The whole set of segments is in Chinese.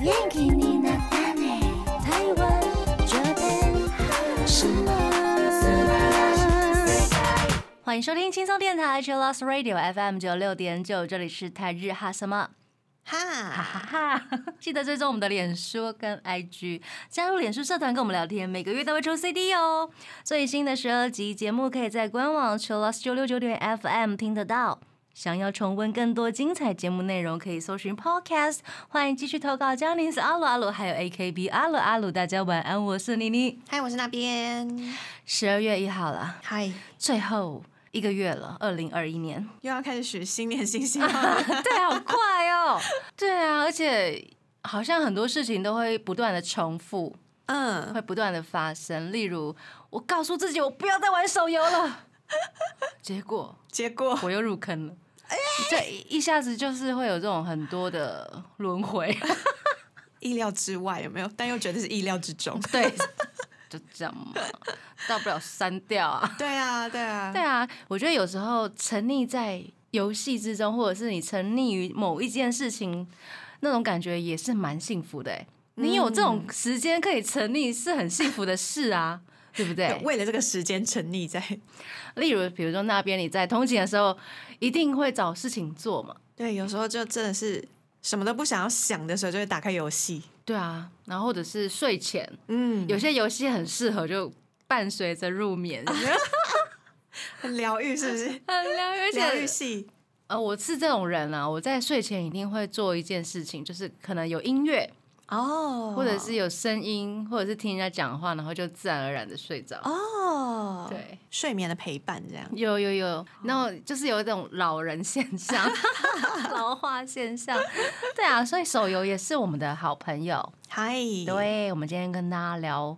元気になったね台湾这边什么？欢迎收听轻松电台 c h i l l o s Radio FM 九六点九，这里是台日哈什么哈哈，哈 哈！记得追踪我们的脸书跟 IG，加入脸书社团跟我们聊天，每个月都会抽 CD 哦。最新的十二集节目可以在官网 c h i l l o s 九六九点 FM 听得到。想要重温更多精彩节目内容，可以搜寻 Podcast。欢迎继续投稿 j a n i c 阿鲁阿鲁，还有 AKB 阿鲁阿鲁。大家晚安，我是妮妮。嗨，我是那边，十二月一号了。嗨，最后一个月了，二零二一年，又要开始许新年新希望了。 对，好快哦，对啊，而且好像很多事情都会不断的重复， 嗯，会不断的发生。例如，我告诉自己我不要再玩手游了， 结果结果我又入坑了。这一下子就是会有这种很多的轮回，意料之外有没有？但又觉得是意料之中。对，就这样嘛，大不了删掉啊。 对啊，对啊，对啊，我觉得有时候沉溺在游戏之中，或者是你沉溺于某一件事情，那种感觉也是蛮幸福的、欸。你有这种时间可以沉溺，是很幸福的事啊，对不对？ 为了这个时间沉溺在，例如，比如说那边你在通勤的时候，一定会找事情做嘛。对，有时候就真的是什么都不想要想的时候，就会打开游戏。对啊，然后或者是睡前，嗯，有些游戏很适合就伴随着入眠，有没有很疗愈，是不是？很疗愈，而疗愈且系，呃，我是这种人啊，我在睡前一定会做一件事情，就是可能有音乐，哦或者是有声音，或者是听人家讲话，然后就自然而然的睡着。哦，，对，睡眠的陪伴这样。有有有，然后就是有一种老人现象、 老化现象。对啊，所以手游也是我们的好朋友。嗨，对，对，我们今天跟大家聊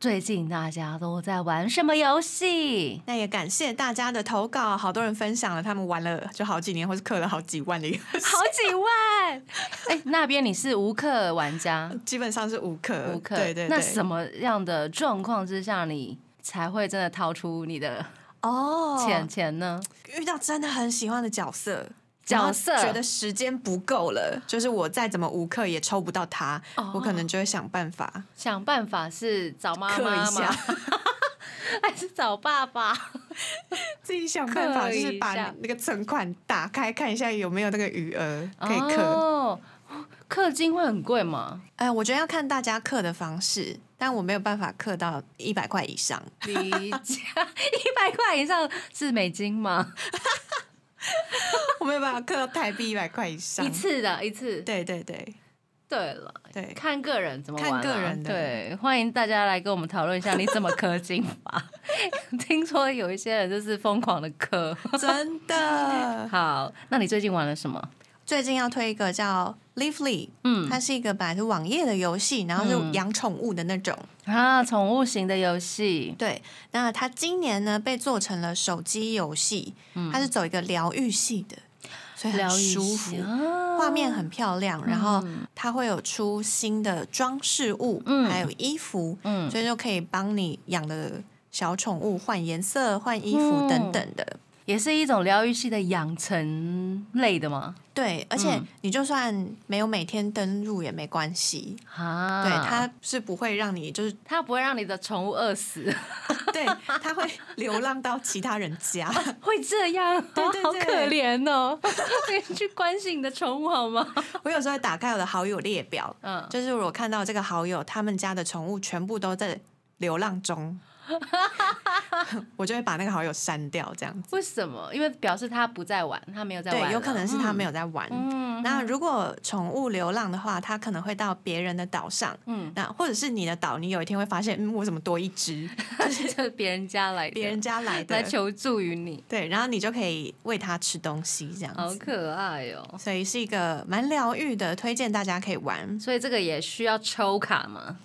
最近大家都在玩什么游戏。那也感谢大家的投稿，好多人分享了他们玩了就好几年，或是氪了好几万的游戏好几万， 哎、那边你是无氪玩家，基本上是无氪，无氪，对对对。那什么样的状况之下你才会真的掏出你的哦，钱钱呢？遇到真的很喜欢的角色。角色然后觉得时间不够了，就是我再怎么无氪也抽不到他，哦我可能就会想办法想办法是找妈克妈一下吗？ 还是找爸爸？ 自己想办法，氪就一下是把那个存款打开看一下有没有那个余额可以氪。哎、哦，氪金会很贵吗？呃我觉得要看大家氪的方式，但我没有办法氪到一百块以上， 离家一百块以上是美金吗？我没有办法氪到台币一百块以上一。次的，一次。对对对对了，对， 看个人怎么玩啊、看个人的对，欢迎大家来跟我们讨论一下你怎么氪金 法。听说有一些人就是疯狂的氪。真的。好，那你最近玩了什么？最近要推一个叫 Lively，嗯它是一个本来是网页的游戏，然后是养宠物的那种。啊，宠物型的游戏，对，那它今年呢被做成了手机游戏，嗯它是走一个疗愈系的，所以很疗愈舒服系，嗯啊画面很漂亮，然后它会有出新的装饰物，嗯还有衣服，嗯所以就可以帮你养的小宠物换颜色、换衣服嗯等等的。也是一种疗愈系的养成类的吗？对，而且嗯你就算没有每天登录也没关系，啊，对，它是不会让你就是它不会让你的宠物饿 死， 对，它会流浪到其他人家。会这样，对对好对可怜哦！你去关心你的宠物好吗？我有时候会打开我的好友列表，嗯，就是我看到这个好友他们家的宠物全部都在流 浪中，我就会把那个好友删掉，这样子。为什么？因为表示它不在玩，它没有在玩了，对，有可能是他没有。有在玩。嗯，那如果宠物流浪的话，它可能会到别人的岛上，嗯嗯，那或者是你的岛，你有一天会发现，嗯，我怎么多一只？ 就是别人家来的，别人家来来的，求助于你，对，然后你就可以喂它吃东西，这样好子。可爱哦。所以是一个蛮疗愈的，推荐大家可以玩。所以这个也需要抽卡吗？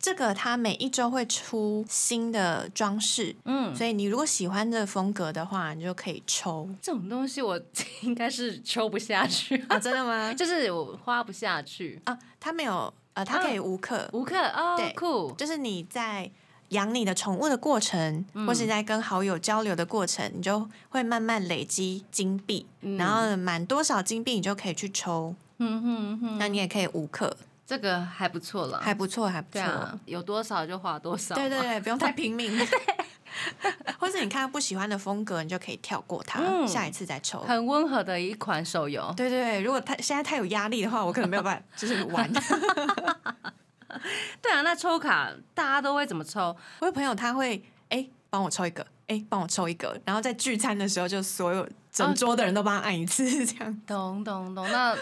这个它每一周会出新的装饰，嗯，所以你如果喜欢这个风格的话，你就可以抽这种东西我应该是抽不下 去，啊？真的吗？就是我花不下去。 啊，它没有呃，嗯它可以无氪，无氪哦对，酷，就是你在养你的宠物的过程，或嗯是在跟好友交流的过程，你就会慢慢累积金币，然后满多少金币你就可以去抽，嗯嗯哼哼。那你也可以无氪。这个还不错了，还不错，还不对错。啊，有多少就花多少嘛，对对对，不用太拼命。 或者你看他不喜欢的风格，你就可以跳过它，嗯下一次再抽。 很温和的一款手游。对对对，如果他现在太有压力的话，我可能没有办法，就是 玩。对啊，那抽卡大家都会怎么抽？我有朋友他会哎帮我抽一个，哎帮我抽一个，然后在聚餐的时候，就所有整桌的人都帮他按一次， 这样。懂懂懂，那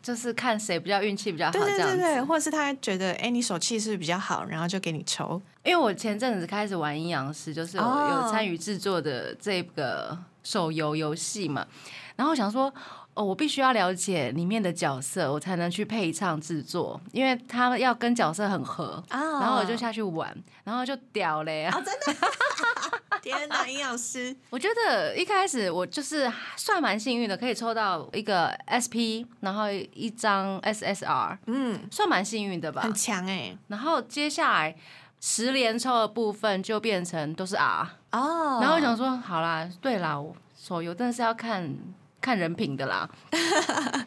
就是看谁比较运气比较好对哦这对样对子。对，或者是他觉得哎、诶你手气是不是比较好，然后就给你抽。因为我前阵子开始玩阴阳师，就是我哦有参与制作的这个手游游戏嘛，然后想说。哦，我必须要了解里面的角色，我才能去配唱制作，因为他们要跟角色很合。哦然后我就下去玩，然后就屌嘞、啊、真的！ 天哪，营养师我觉得一开始我就是算蛮幸运的，可以抽到一个 SP，然后一张 SSR，嗯算蛮幸运的吧很。强哎、然后接下来十连抽的部分就变成都是 R，哦然后我想说，好啦，对啦，我手游真的是要看看人品的 啦。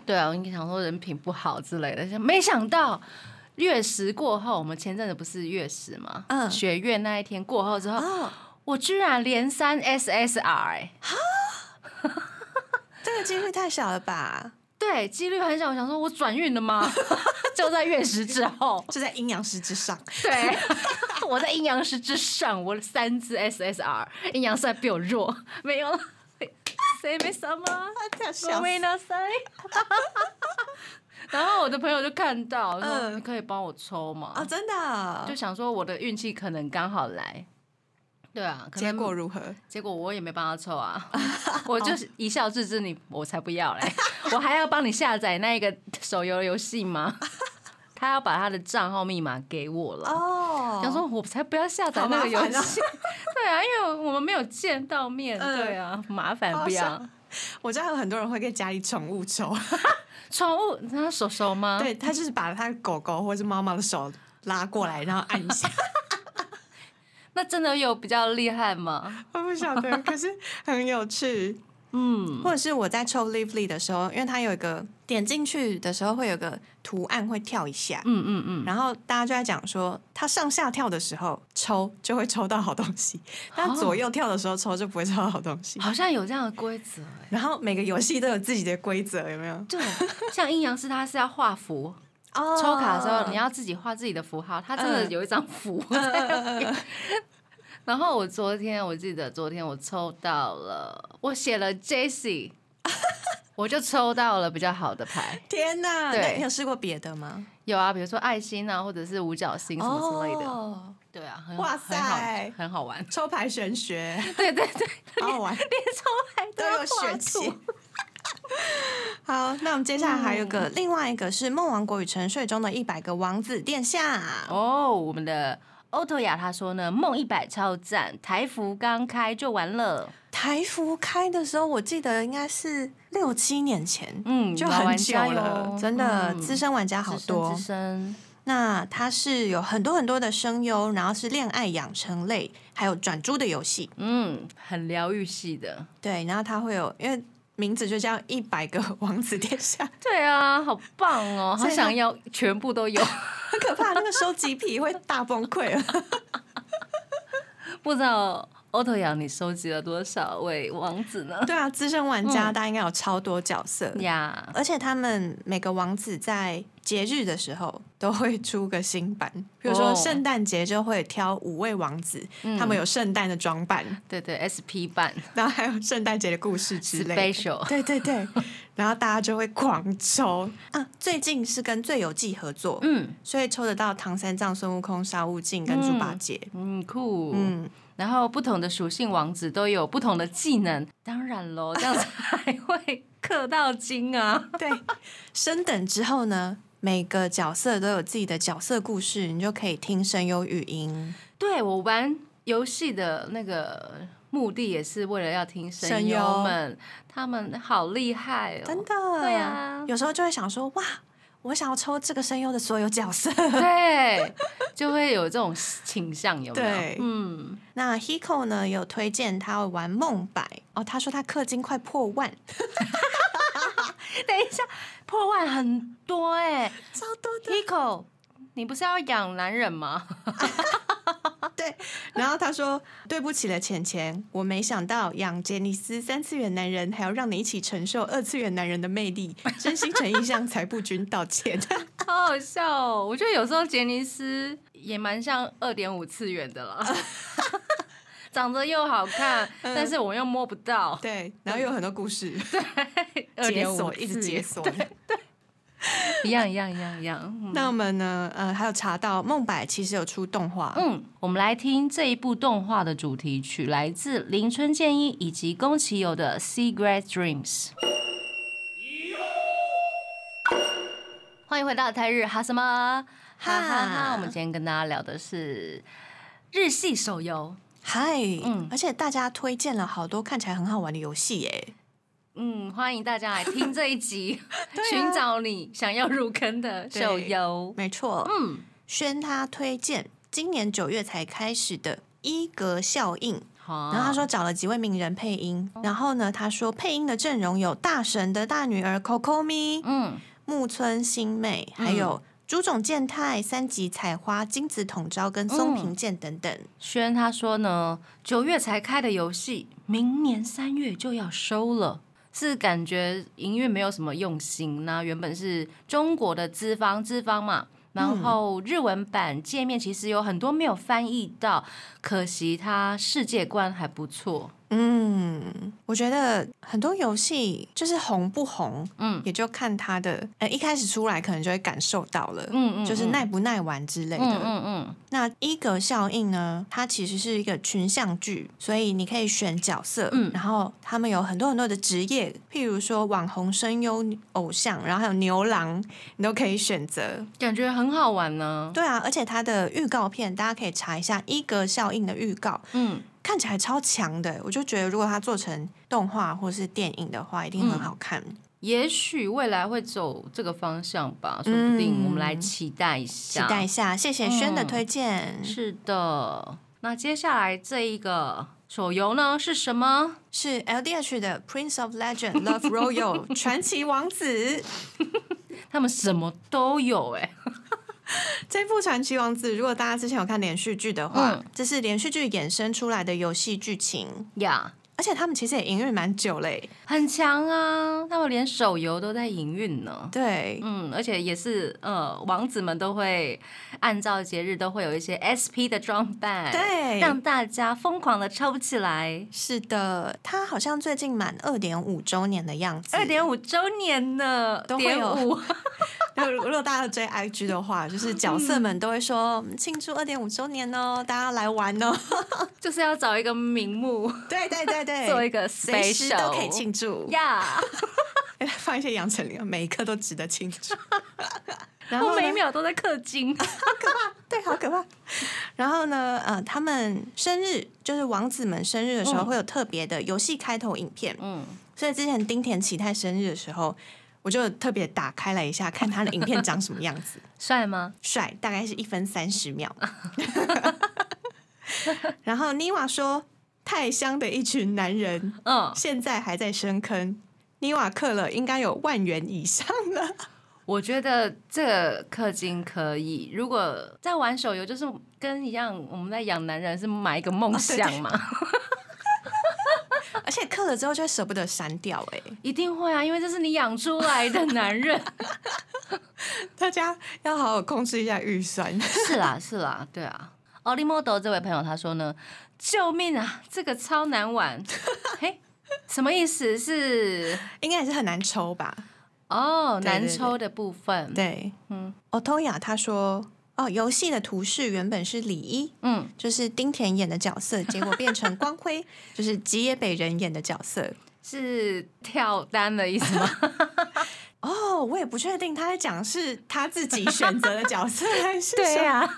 对啊，我应该想说人品不好之类的，没想到。月食过后，我们前阵子不是月食嘛？嗯学院那一天过后之后，哦，我居然连三 SSR 哎、这个机会太小了吧？对，几率很小。我想说，我转运了 吗？就在月食之后，就在阴阳师之上，对， 我在阴阳师之上，我三只 SSR，阴阳师还比我弱，没有，谁没什么？太ごめんなさい。 然后我的朋友就看到，说嗯你可以帮我抽吗？哦，真的哦、就想说我的运气可能刚好来。对啊，可能结果如何？结果我也没帮他抽 啊，我哦就是一笑置之你，我才不要嘞， 我还要帮你下载那个手游游戏 吗？他要把他的账号密码给我了。哦想说，我才不要下载好那麻个游烦哦戏，对啊，因为我们没有见到面，嗯对 啊，麻烦好不要像。我知道有很多人会给家里宠物抽，宠物，那手手吗？对他就是把他的狗狗或是猫猫的手拉过来，然后按一下。那真的有比较厉害吗？我不晓得，可是很有趣。 嗯，或者是我在抽 Lively 的时候，因为它有一个点进去的时候会有个图案会跳一下，嗯嗯嗯，然后大家就在讲说，它上下跳的时候抽就会抽到好东 西，但左右跳的时候抽就不会抽到好东西。好像有这样的规则哎。然后每个游戏都有自己的规则，有没有？ 对，像阴阳师他是要画符，哦抽卡的时候你要自己画自己的符号，他真的有一张符。然后我昨天我记得昨天我抽到了，我写了 Jesse，我就抽到了比较好的牌，天哪！对那你有试过别的吗？有啊，比如说爱心啊，或者是五角星什么之类的。哦对啊，很哇很好塞很好 玩。抽牌 玄学，对对对，好好玩，连抽牌都要有画血图气。 好，那我们接下来还有一嗯个，另外一个是《梦王国与沉睡中的一百个王子殿下》哦，我们的欧特雅他说呢，梦一百超赞，台服刚开就完了，台服开的时候，我记得应该是六七年前，嗯就老玩很久家了哟，真的嗯资深玩家好多资。深那它是有很多很多的声优，然后是恋爱养成类，还有转租的游戏。嗯，很疗愈系的，对，然后它会有，因为名字就叫一百个 王子殿 下，对啊，好棒哦，好所以他想要全部都有， 很可怕，那个收集癖会大崩溃了。不知道。欧特雅，你收集了多少位王子呢？对啊，资深玩嗯家大家应该有超多角色。呀，而且他们每个王子在节日的时候都会出个新版，比如哦嗯说圣诞节就会挑五位王子，他们有圣诞的装扮，对对，SP 版然后还有圣诞节的故事之类的。 special，对对对，然后大家就会狂抽啊！最近是跟最有记合作，嗯所以抽得到唐三藏、孙悟空、沙悟净跟猪八戒。嗯酷，嗯，然后不同的属性王子都有不同的技能，当然 喽，这样才会氪到金啊。对，升等之后呢，每个角色都有自己的角色故事，你就可以听声优语音。对我玩游戏的那个目的也是为了要听声声优优们，他们好厉害哦，真的，对啊有时候就会想说，哇，我想要抽这个声优的所有角 色。对，就会有这种倾向，有没有？对嗯，那 Hiko 呢，有推荐他玩梦百哦，他说他氪金快破万，等一下，破万很多哎、超多 Kiko，你不是要养男人吗？对，然后他说：“对不起了，浅浅，我没想到养杰尼斯三次元男人还要让你一起承受二次元男人的魅力，真心诚意向财布君道歉。 好好笑哦！我觉得有时候杰尼斯也蛮像二点五次元的 啦，长得又好看，但是我又摸不到”。对，然后有很多故事 二解点五锁，一直解锁。一样一样一样一样。嗯那我们呢？呃，还有查到梦百其实有出动画，嗯，我们来听这一部动画的主题曲，来自林春建一以及宫崎友的《Secret Dreams》。欢迎回到台日哈什么哈哈哈！哈我们今天跟大家聊的是日系手游。嗨、嗯而且大家推荐了好多看起来很好玩的游戏耶。嗯，欢迎大家来听这一 集，啊寻找你想要入坑的手游。没错，嗯，轩他推荐今年九月才开始的伊格效应。好。然后他说找了几位名人配音，哦然后呢，他说配音的阵容有大神的大女儿 Coco Mi、嗯，木村新美，还有竹冢健太、三级采花、金子统昭嗯跟松平健等等。轩他说呢，九月才开的游戏，明年三月就要收了。是感觉营运没有什么用心那原本是中国的资方，资方嘛，嗯然后日文版界面其实有很多没有翻译到，可惜它世界观还不错。嗯，我觉得很多游戏就是红不红，嗯也就看它的，呃，一开始出来可能就会感受到了，嗯嗯就是嗯耐不耐玩之类的。嗯嗯嗯，那伊格效应呢？它其实是一个群像剧，所以你可以选角色，嗯然后他们有很多很多的职业，譬如说网红、声优、偶像，然后还有牛郎，你都可以选择。感觉很好玩呢。对啊，而且它的预告片大家可以查一下伊格效应的预告，嗯，看起来超强的。我就觉得，如果它做成动画或是电影的话，一定嗯很好看。也许未来会走这个方向吧，说不定嗯我们来期待一期下。待一下，谢谢轩的推荐。嗯是的，那接下来这一个手游呢是什么？是 LDH 的《Prince of Legend Love Royal》传奇王子。他们什么都有哎、这部《传奇王子》，如果大家之前有看连续剧的话，嗯这是连续剧衍生出来的游戏剧情，呀、而且他们其实也营运蛮久嘞。很强啊！他们连手游都在营运呢。对，嗯，而且也是呃，王子们都会按照节日都会有一些 SP 的装扮，对让大家疯狂的抽起来。是的，他好像最近满二点五周年的样子。二点五周年呢，都会点有五， 那如果，如果大家有追 IG 的话，就是角色们都会说嗯庆祝二点五周年哦，大家来玩哦。 就是要找一个名目，对对对对，做一个随时都可以 special 庆祝， 呀哎放一些杨丞琳，每一刻都值得庆祝。 然我后呢每秒都在氪金。对，好可怕。然后呢，呃，他们生日就是王子们生日的时候，嗯会有特别的游戏开头影片。嗯，所以之前丁田启泰生日的时候，我就特别打开了一下，看他的影片长什么样子，帅吗？帅，大概是一分三十秒。 然后妮瓦说：“太香的一群男人，嗯，现在还在深坑。”妮瓦克了，应该有万元以上了。我觉得这个氪金可以。如果在玩手游，就是跟一样，我们在养男人是买一个梦想嘛， 而且氪了之后就会舍不得删掉、欸，一定会啊，因为这是你养出来的男人。大家要好好控制一下预算。 是啦，是啦，对啊。奥利莫德这位朋友他说呢，救命啊，这个超难玩。嘿，什么意思是？应该也是很难抽吧？哦，对对难抽的部分。对，嗯嗯。Otoya 他说，哦，游戏的图示原本是李一，嗯，就是丁田演的角色，结果变成光辉， 就是吉野北人演的角色。是跳单的意思吗？哦，我也不确定他在讲是他自己选择的角色还是什么。 呀、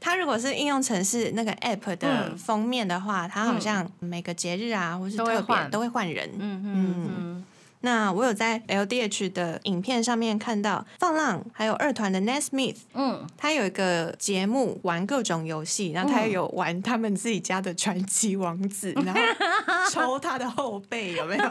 他如果是应用程式那个 App 的嗯封面的话，他好像每个节日啊，或是都会特别换都会换人。嗯嗯嗯，那我有在 LDH 的影片上面看到放浪，还有二团的 Nesmith 嗯，他有一个节目玩各种游戏，然后他嗯也有玩他们自己 家的传奇王子，然后抽他的后背有没有？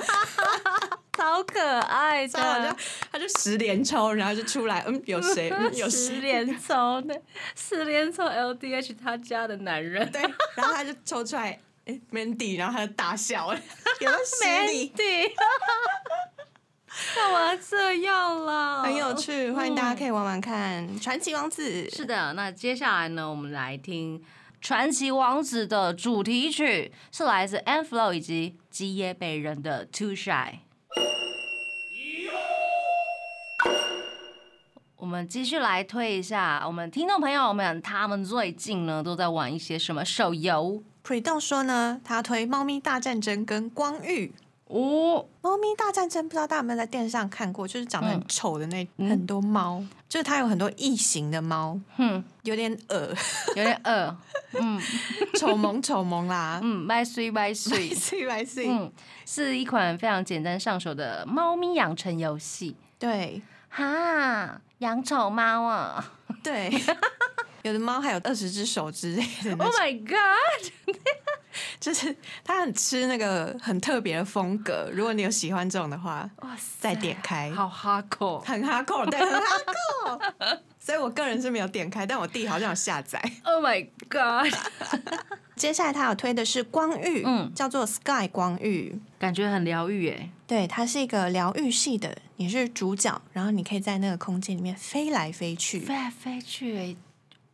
超可爱所以我就的，他就十连抽，然后就出来，嗯，有谁？嗯、有十？谁连抽呢，十连抽 LDH 他家的男人，对，然后他就抽出来，哎，Mandy，然后他就大笑，有 没有实 力？ Mandy，干嘛这样啦？很有趣，欢迎大家可以玩玩看《传奇王子》。是的，那接下来呢，我们来听《传奇王子》的主题曲，是来自 a n f l o 以及吉野北人的《Too Shy》。我们继续来推一下我们听众朋友们，他们最近呢都在玩一些什么手游？ Pre 动说呢，他推《猫咪大战争》跟《光遇》。哦， 《猫咪大战争》不知道大家有没有在电视上看过，就是长得嗯很丑的那、很多猫，就是它有很多异形的猫，哼，有点恶，有点饿，嗯丑萌丑萌 啦。嗯，拜岁拜岁一，岁来岁，嗯，是一款非常简单上手的猫咪养成游戏。对哈，养丑猫啊对， 有的猫还有二十只手之类的那！Oh 种， my god！就是 它很吃那个很特别的风格。如果你有喜欢这种的话，哇塞，再点开，好哈口。很哈扣，对，很哈扣。 所以我个人是没有点开，但我弟好像有下载。 Oh my god！接下来他有推的是光遇，嗯叫做 Sky 光遇。感觉很疗愈诶。对，它是一个疗愈系的，你是主角，然后你可以在那个空间里面飞来飞去飞。来飞去诶，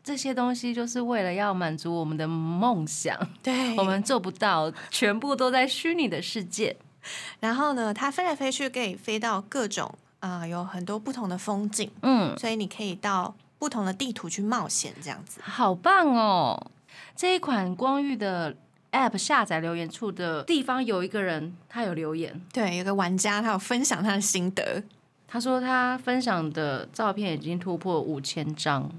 这些东西就是为了要满足我们的梦想，对，我们做不到，全部都在虚拟的世界。然后呢，它飞来飞去可以飞到各种啊、有很多不同的风景，嗯，所以你可以到不同的地图去冒险，这样子。好棒哦！这一款光遇的 App 下载留言处的地方有一个人，他有留言，对，有个玩家他有分享他的心得，他说他分享的照片已经突破五千张，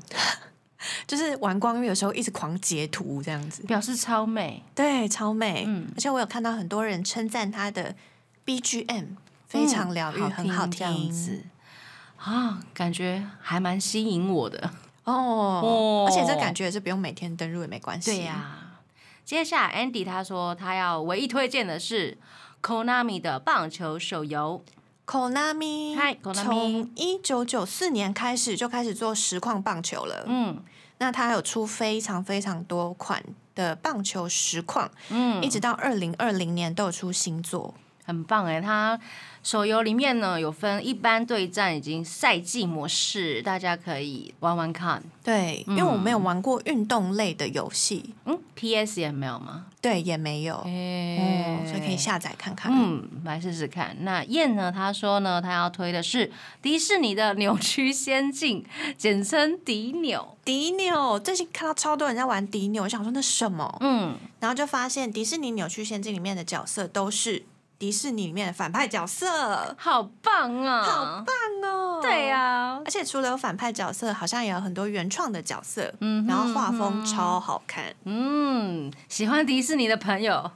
就是玩光遇的时候一直狂截图这样子，表示超美。对，超美。嗯而且我有看到很多人称赞他的 BGM 非常疗愈，嗯很好这样听。子啊，感觉还蛮吸引我的。哦，而且这哦感觉是不用每天登录也没关系。对呀、接下来 Andy 他说他要唯一推荐的是 Konami 的棒球手游， Konami，嗨，Konami 从一九九四年开始就开始做实况棒球了。嗯那它还有出非常非常多款的棒球实况，嗯，一直到二零二零年都有出新作。很棒哎。它手游里面呢有分一般对战以及赛季模式，大家可以玩玩看。对，因为我没有玩过运动类的游戏，嗯，PS 也没有吗？对，也没有，哎嗯，所以可以下载看看。嗯，来试试看。那燕呢？她说呢，她要推的是迪士尼的《扭曲仙境》，简称迪扭。迪纽最近看到超多人在玩迪纽，我想说那什么，嗯，然后就发现迪士尼扭曲仙境里面的角色都是迪士尼里面的反派角色，好棒啊！好棒哦！对、啊呀、而且除了有反派角色，好像也有很多原创的角色，嗯哼然后画风超好看，嗯，喜欢迪士尼的朋友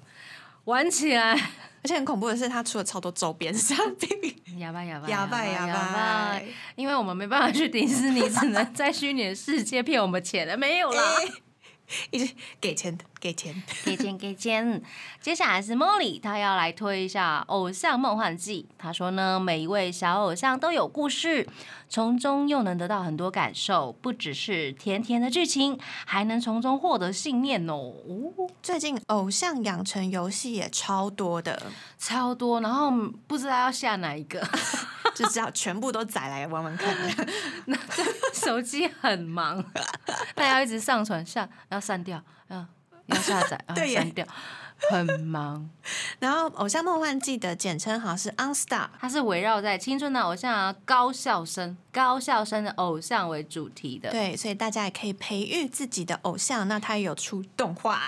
玩起来， 而且很恐怖的是，它出了超多周边 商品， 哑巴哑巴哑巴哑巴，啊巴，因为我们没办法去迪士尼，只能在虚拟的世界骗我们钱了，没有 啦。一直给钱给钱，给钱给钱。接下来是 Molly，她要来推一下《偶像梦幻季》。她说呢，每一位小偶像都有故事，从中又能得到很多感受，不只是甜甜的剧情，还能从中获得信念哦。哦最近偶像养成游戏也超多的，超多，然后不知道要下哪一个，就知道全部都载来玩玩看。 手机很忙，大家一直上传下，要删掉，嗯，要下载，要对耶删掉，很忙。 然后《偶像梦幻季》的简称好像是 OnStar，它是围绕在青春的偶像啊、高校生、高校生的偶像为主题的。对，所以大家也可以培育自己的偶像。那它也有出动画，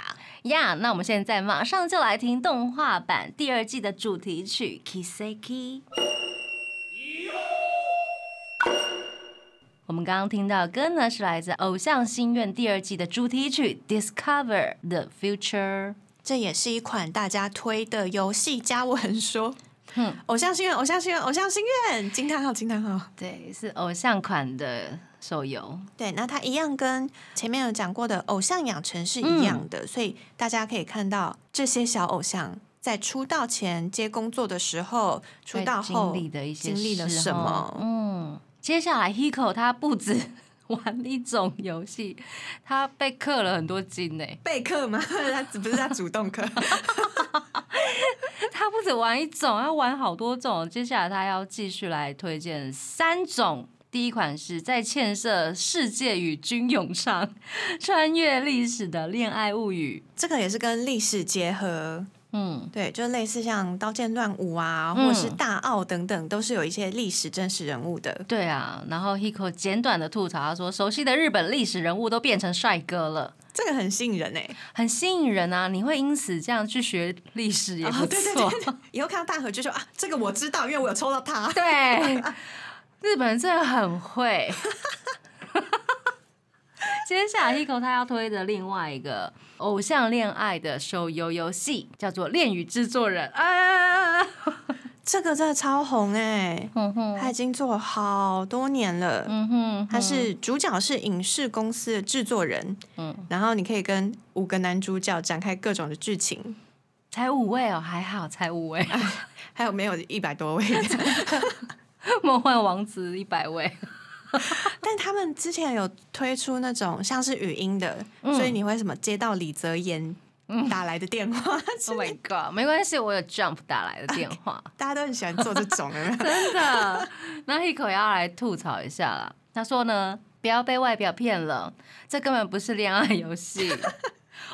呀那我们现在马上就来听动画版第二季的主题曲《Kiseki》。我们刚刚听到的歌呢，是来自《偶像心愿》第二季的主题曲《Discover the Future》。这也是一款大家推的游戏。加文说哼，偶像心愿，偶像心愿，偶像心愿，惊叹号，惊叹号。对，是偶像款的手游。对，那它一样跟前面有嗯讲过的偶像养成是一样的，所以大家可以看到这些小偶像在出道前接工作的时候，出道后经历的一些经历了事什哈么？嗯，接下来 Hiko 他不止 玩一种游戏，他被氪了很多金呢、 备课吗？ 他不是他主动课， 他不止玩一种，他玩好多种。接下来他要继续来推荐三种。第一款是在嵌设世界与军勇上穿越历史的恋爱物语。这个也是跟历史结合，嗯，对，就类似像《刀剑乱舞》啊，嗯或是大奥等等，都是有一些历史真实人物的。对啊。然后 Hiko 简短的吐槽，他说熟悉的日本历史人物都变成帅哥了，这个很吸引人哎、很吸引人啊！你会因此这样去学历史也不错。哦对对对对，以后看到大河就说啊，这个我知道，因为我有抽到它。对，日本人真的很会。 接下来，Hiko 他要推的另外一个偶像恋爱的手游游戏叫做《恋与制作人》啊，这个真的超红哎、嗯哼，他已经做好多年了。嗯哼，他是主角是影视公司的制作人，嗯然后你可以跟五个男主角展开各种的剧情，才五位哦，还好才五 位，还有没有一 百多位？梦幻王子一百位，但他们之前有推出那种像是语音的，嗯所以你会什么接到李泽言打来的电 话， Oh my god，没关系，我有 Jump 打来的电话。大家都很喜欢做这种，有没有真的。那 Hiko 也要来吐槽一下啦，他说呢，不要被外表骗了，这根本不是恋爱游 戏。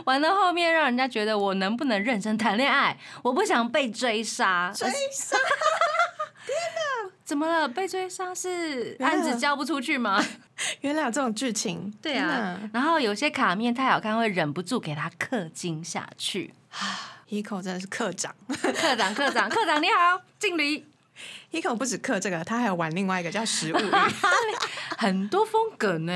玩到后面，让人家觉得我能不能认真谈恋爱？我不想被 追杀。追杀？怎么了？被追杀是没有案子交不出去 吗？原来有这种剧情，对啊。然后有些卡面太好看，会忍不住给他氪金下 去。 ，Hiko 真的是课长课长，课长，课长你好，敬礼。 ，Hiko 不止课这个，他还有玩另外一个叫食物语，很多风格呢。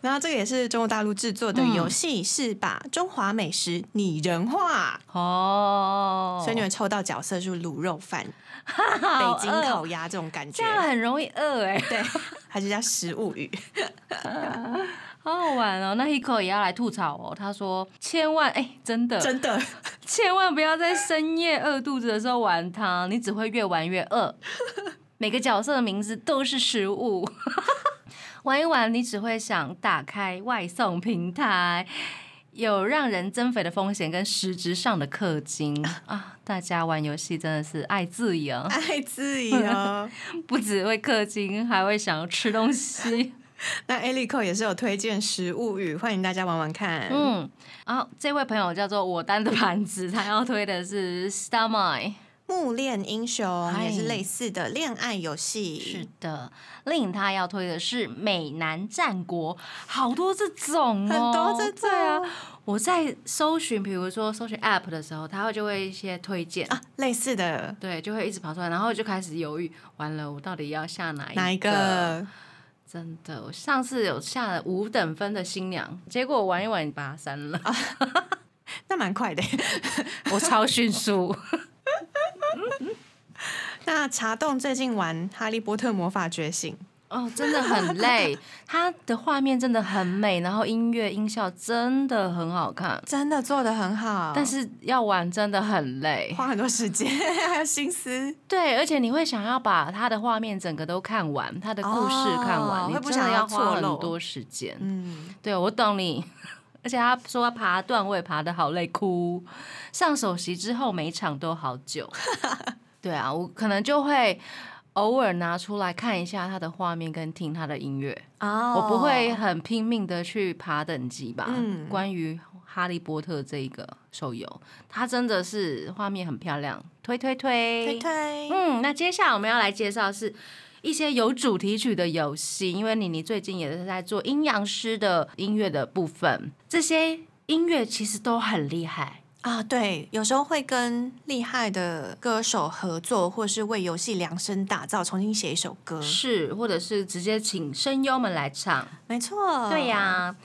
然后这个也是中国大陆制作的嗯游戏，是把中华美食拟人化。哦，所以你会抽到角色是卤肉饭、北京饿烤鸭这种感觉呃这，样很容易饿哎、对， 它就叫食物语。好好玩哦！那 Hiko 也要来吐槽哦。他说：“千万哎、 真的，真的，千万不要在深夜饿肚子的时候玩它，你只会越玩越饿。每个角色的名字都是食物， 玩一玩你只会想打开外送平台，有让人增肥的风险跟实质上的氪金啊！大家玩游戏真的是爱自由， 爱哦 自由。不只会氪金，还会想要吃东西。”那 Alico 也是有推荐食物语，欢迎大家玩玩看。嗯，嗯，然后这位朋友叫做我单的盘子，他要推的是 Star Mine。木恋英雄嗨也是类似的恋爱游是戏。的，另他要推的是美男战国，好多这种、哦，很多这种对啊。我在搜寻，比如说搜寻 App 的时候，它会就会一些推荐，啊，类似的对，就会一直跑出来，然后我就开始犹豫，完了，我到底要下哪一哪一个？真的，我上次有下了五等分的新娘，结果我玩一玩把它删了，啊那蛮快的。 我超迅速。那茶洞最近玩《哈利波特魔法觉醒》，哦，真的很 累，它的画面真的很美，然后音乐音效真的很好看，真的做的很好，但是要玩真的很累。花很多时间 还有心思。对，而且你会想要把它的画面整个都看完，它的故事看完，哦你会不真的想要要花错漏很多时间。嗯，对，我懂你。而且他说他爬段位爬的好累，哭。上首席之后每场都好 久。对啊，我可能就会偶尔拿出来看一下他的画面跟听他的音乐。哦我不会很拼命的去爬等级吧。嗯关于《哈利波特》这一个手游，它真的是画面很漂亮，推推推推推。嗯，那接下来我们要来介绍是一些有主题曲的游戏，因为妮妮最近也是在做阴阳师的音乐的部分，这些音乐其实都很厉害。啊，对，有时候会跟厉害的歌手合作，或是为游戏量身打造，重新写一首歌。是，或者是直接请声优们来唱。没错，对呀、、嗯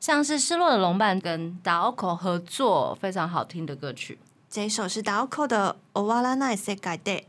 像是失落的龙伴跟岛口合作，非常好听的歌曲。这一首是 d a o k o 的《o w a r a n a i s e g a d e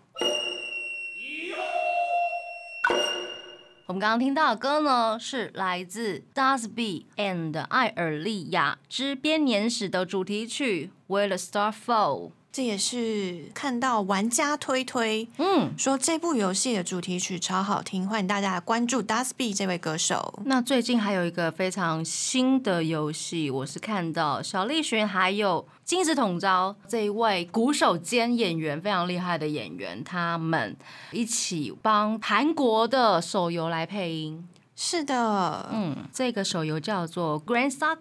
我们刚刚听到的歌呢，是来自 Dusby and 艾尔利亚之编年史的主题曲《Where the Star Fall》。这也是看到玩家推推嗯，说这部游戏的主题曲超好听，欢迎大家来关注 Dusty 这位歌手。那最近还有一个非常新的游戏，我是看到小栗旬还有金子统昭这一位鼓手兼演员非常厉害的演员，他们一起帮韩国的手游来配音。是的，嗯，这个手游叫做《Grand Saga》。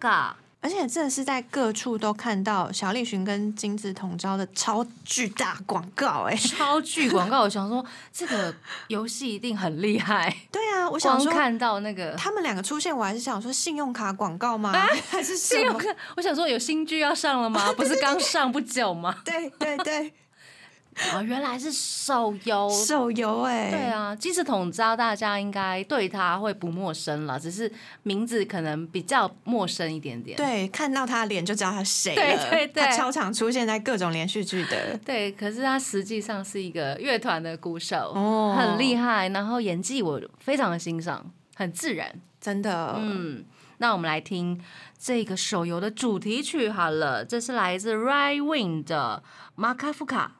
而且这是在各处都看到小栗旬跟金子同招的超巨大广告、哎，超巨广告，我想说这个游戏一定很厉害。对啊，我想光说看到那个他们两个出现，我还是想说信用卡广告吗？还是什啊信用么？卡， 我想说有新剧要上了吗？不是刚上不久吗？对对 对，哦啊，原来是手游。手游哎、对啊，金子统招大家应该对他会不陌生了，只是名字可能比较陌生一点点。对，看到他的脸就知道他是谁了。对对对他超常出现在各种连续剧的。对，可是他实际上是一个乐团的鼓手，哦很厉害，然后演技我非常的欣赏，很自然。真的，嗯，那我们来听这个手游的主题曲好了，这是来自 Right Wing 的《马卡夫卡》。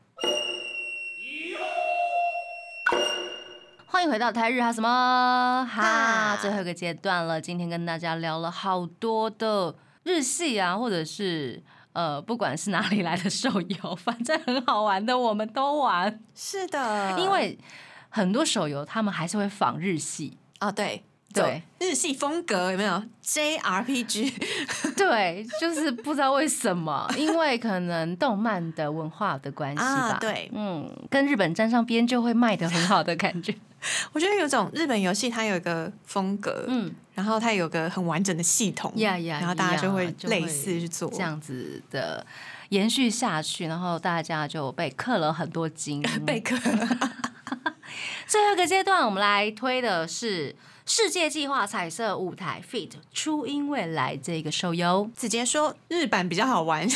欢迎回到台日哈什么哈哈最后一个阶段了。今天跟大家聊了好多的日系啊，或者是呃，不管是哪里来的手游，反正很好玩的我们都玩。是的，因为很多手游他们还是会仿日系，哦，对对，走日系风格有没有 JRPG？对，就是不知道为什么，因为可能动漫的文化的关系吧。啊对嗯，跟日本沾上边就会卖的很好的感觉。我觉得有种日本游戏，它有一个风格，嗯，然后它有个很完整的系统，呀呀，然后大家就会呀类似去做，这样子的延续下去，然后大家就被刻了很多 金。贝壳最后一个阶段，我们来推的是。世界计划彩色舞台 Fit 初音未来这个手游，直接说日版比较好玩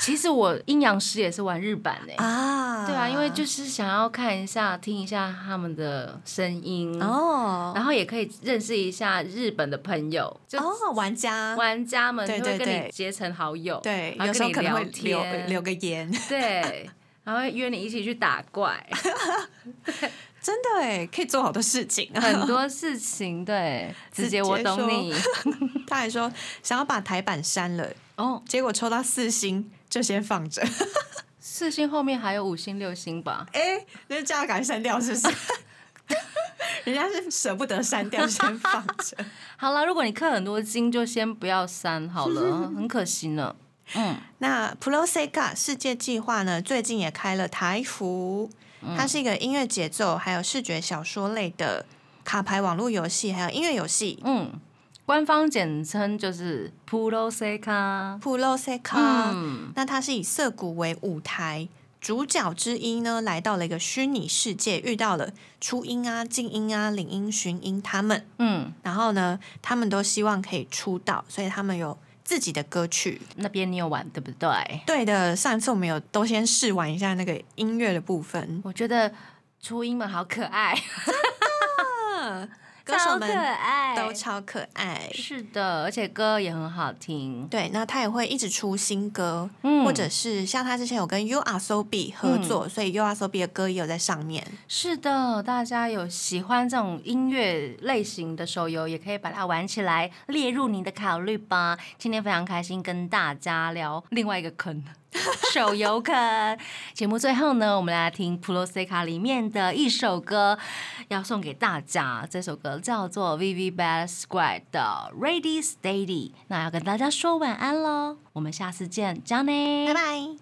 其实我阴阳师也是玩日版诶、啊对啊，因为就是想要看一下、听一下他们的声音，哦然后也可以认识一下日本的朋友，就哦玩家玩家们对就会对跟对你结成好友，对，然有后跟你时候可能聊会留天，留个言，对，然后会约你一起去打怪，真的哎，可以做好多事情啊。很多事情，对，直直接接我懂你 他还说想要把台版删了，哦。结果抽到四星就先放着， 四星后面还有五星、六星吧？哎，那就叫他赶快删掉，是不是？ 人家是舍不得删掉，先放着。好啦，如果你氪很多金，就先不要删好了，很可惜呢。嗯，那 Prosega 世界计划呢，最近也开了台服，嗯它是一个音乐节奏还有视觉小说类的卡牌网络游戏，还有音乐游戏。嗯，官方简称就是 Pro Seca。 Prosega，、嗯，那它是以涩谷为舞台。主角之一呢，来到了一个虚拟世界，遇到了初音啊、静音啊、领音、寻音他们，嗯，然后呢，他们都希望可以出道，所以他们有自己的歌曲。那边你有玩对不对？对的，上一次我们有都先试玩一下那个音乐的部分，我觉得初音们好可爱， 歌手超可们爱都超可爱。是的，而且歌也很好听。对，那他也会一直出新歌，嗯或者是像他之前有跟 U R So B 合作，所以 U R So B 的歌也有在上面。是的，大家有喜欢这种音乐类型的手游，也可以把它玩起来，列入你的考虑吧。今天非常开心跟大家聊另外一个坑。 手游坑节目最后呢，我们来听《普罗塞卡》里面的一首歌，要送给大家。这首歌叫做 v v b a d Squad 的《Ready 嗯 Steady》，那要跟大家说晚安喽，我们下次见，加内，拜拜。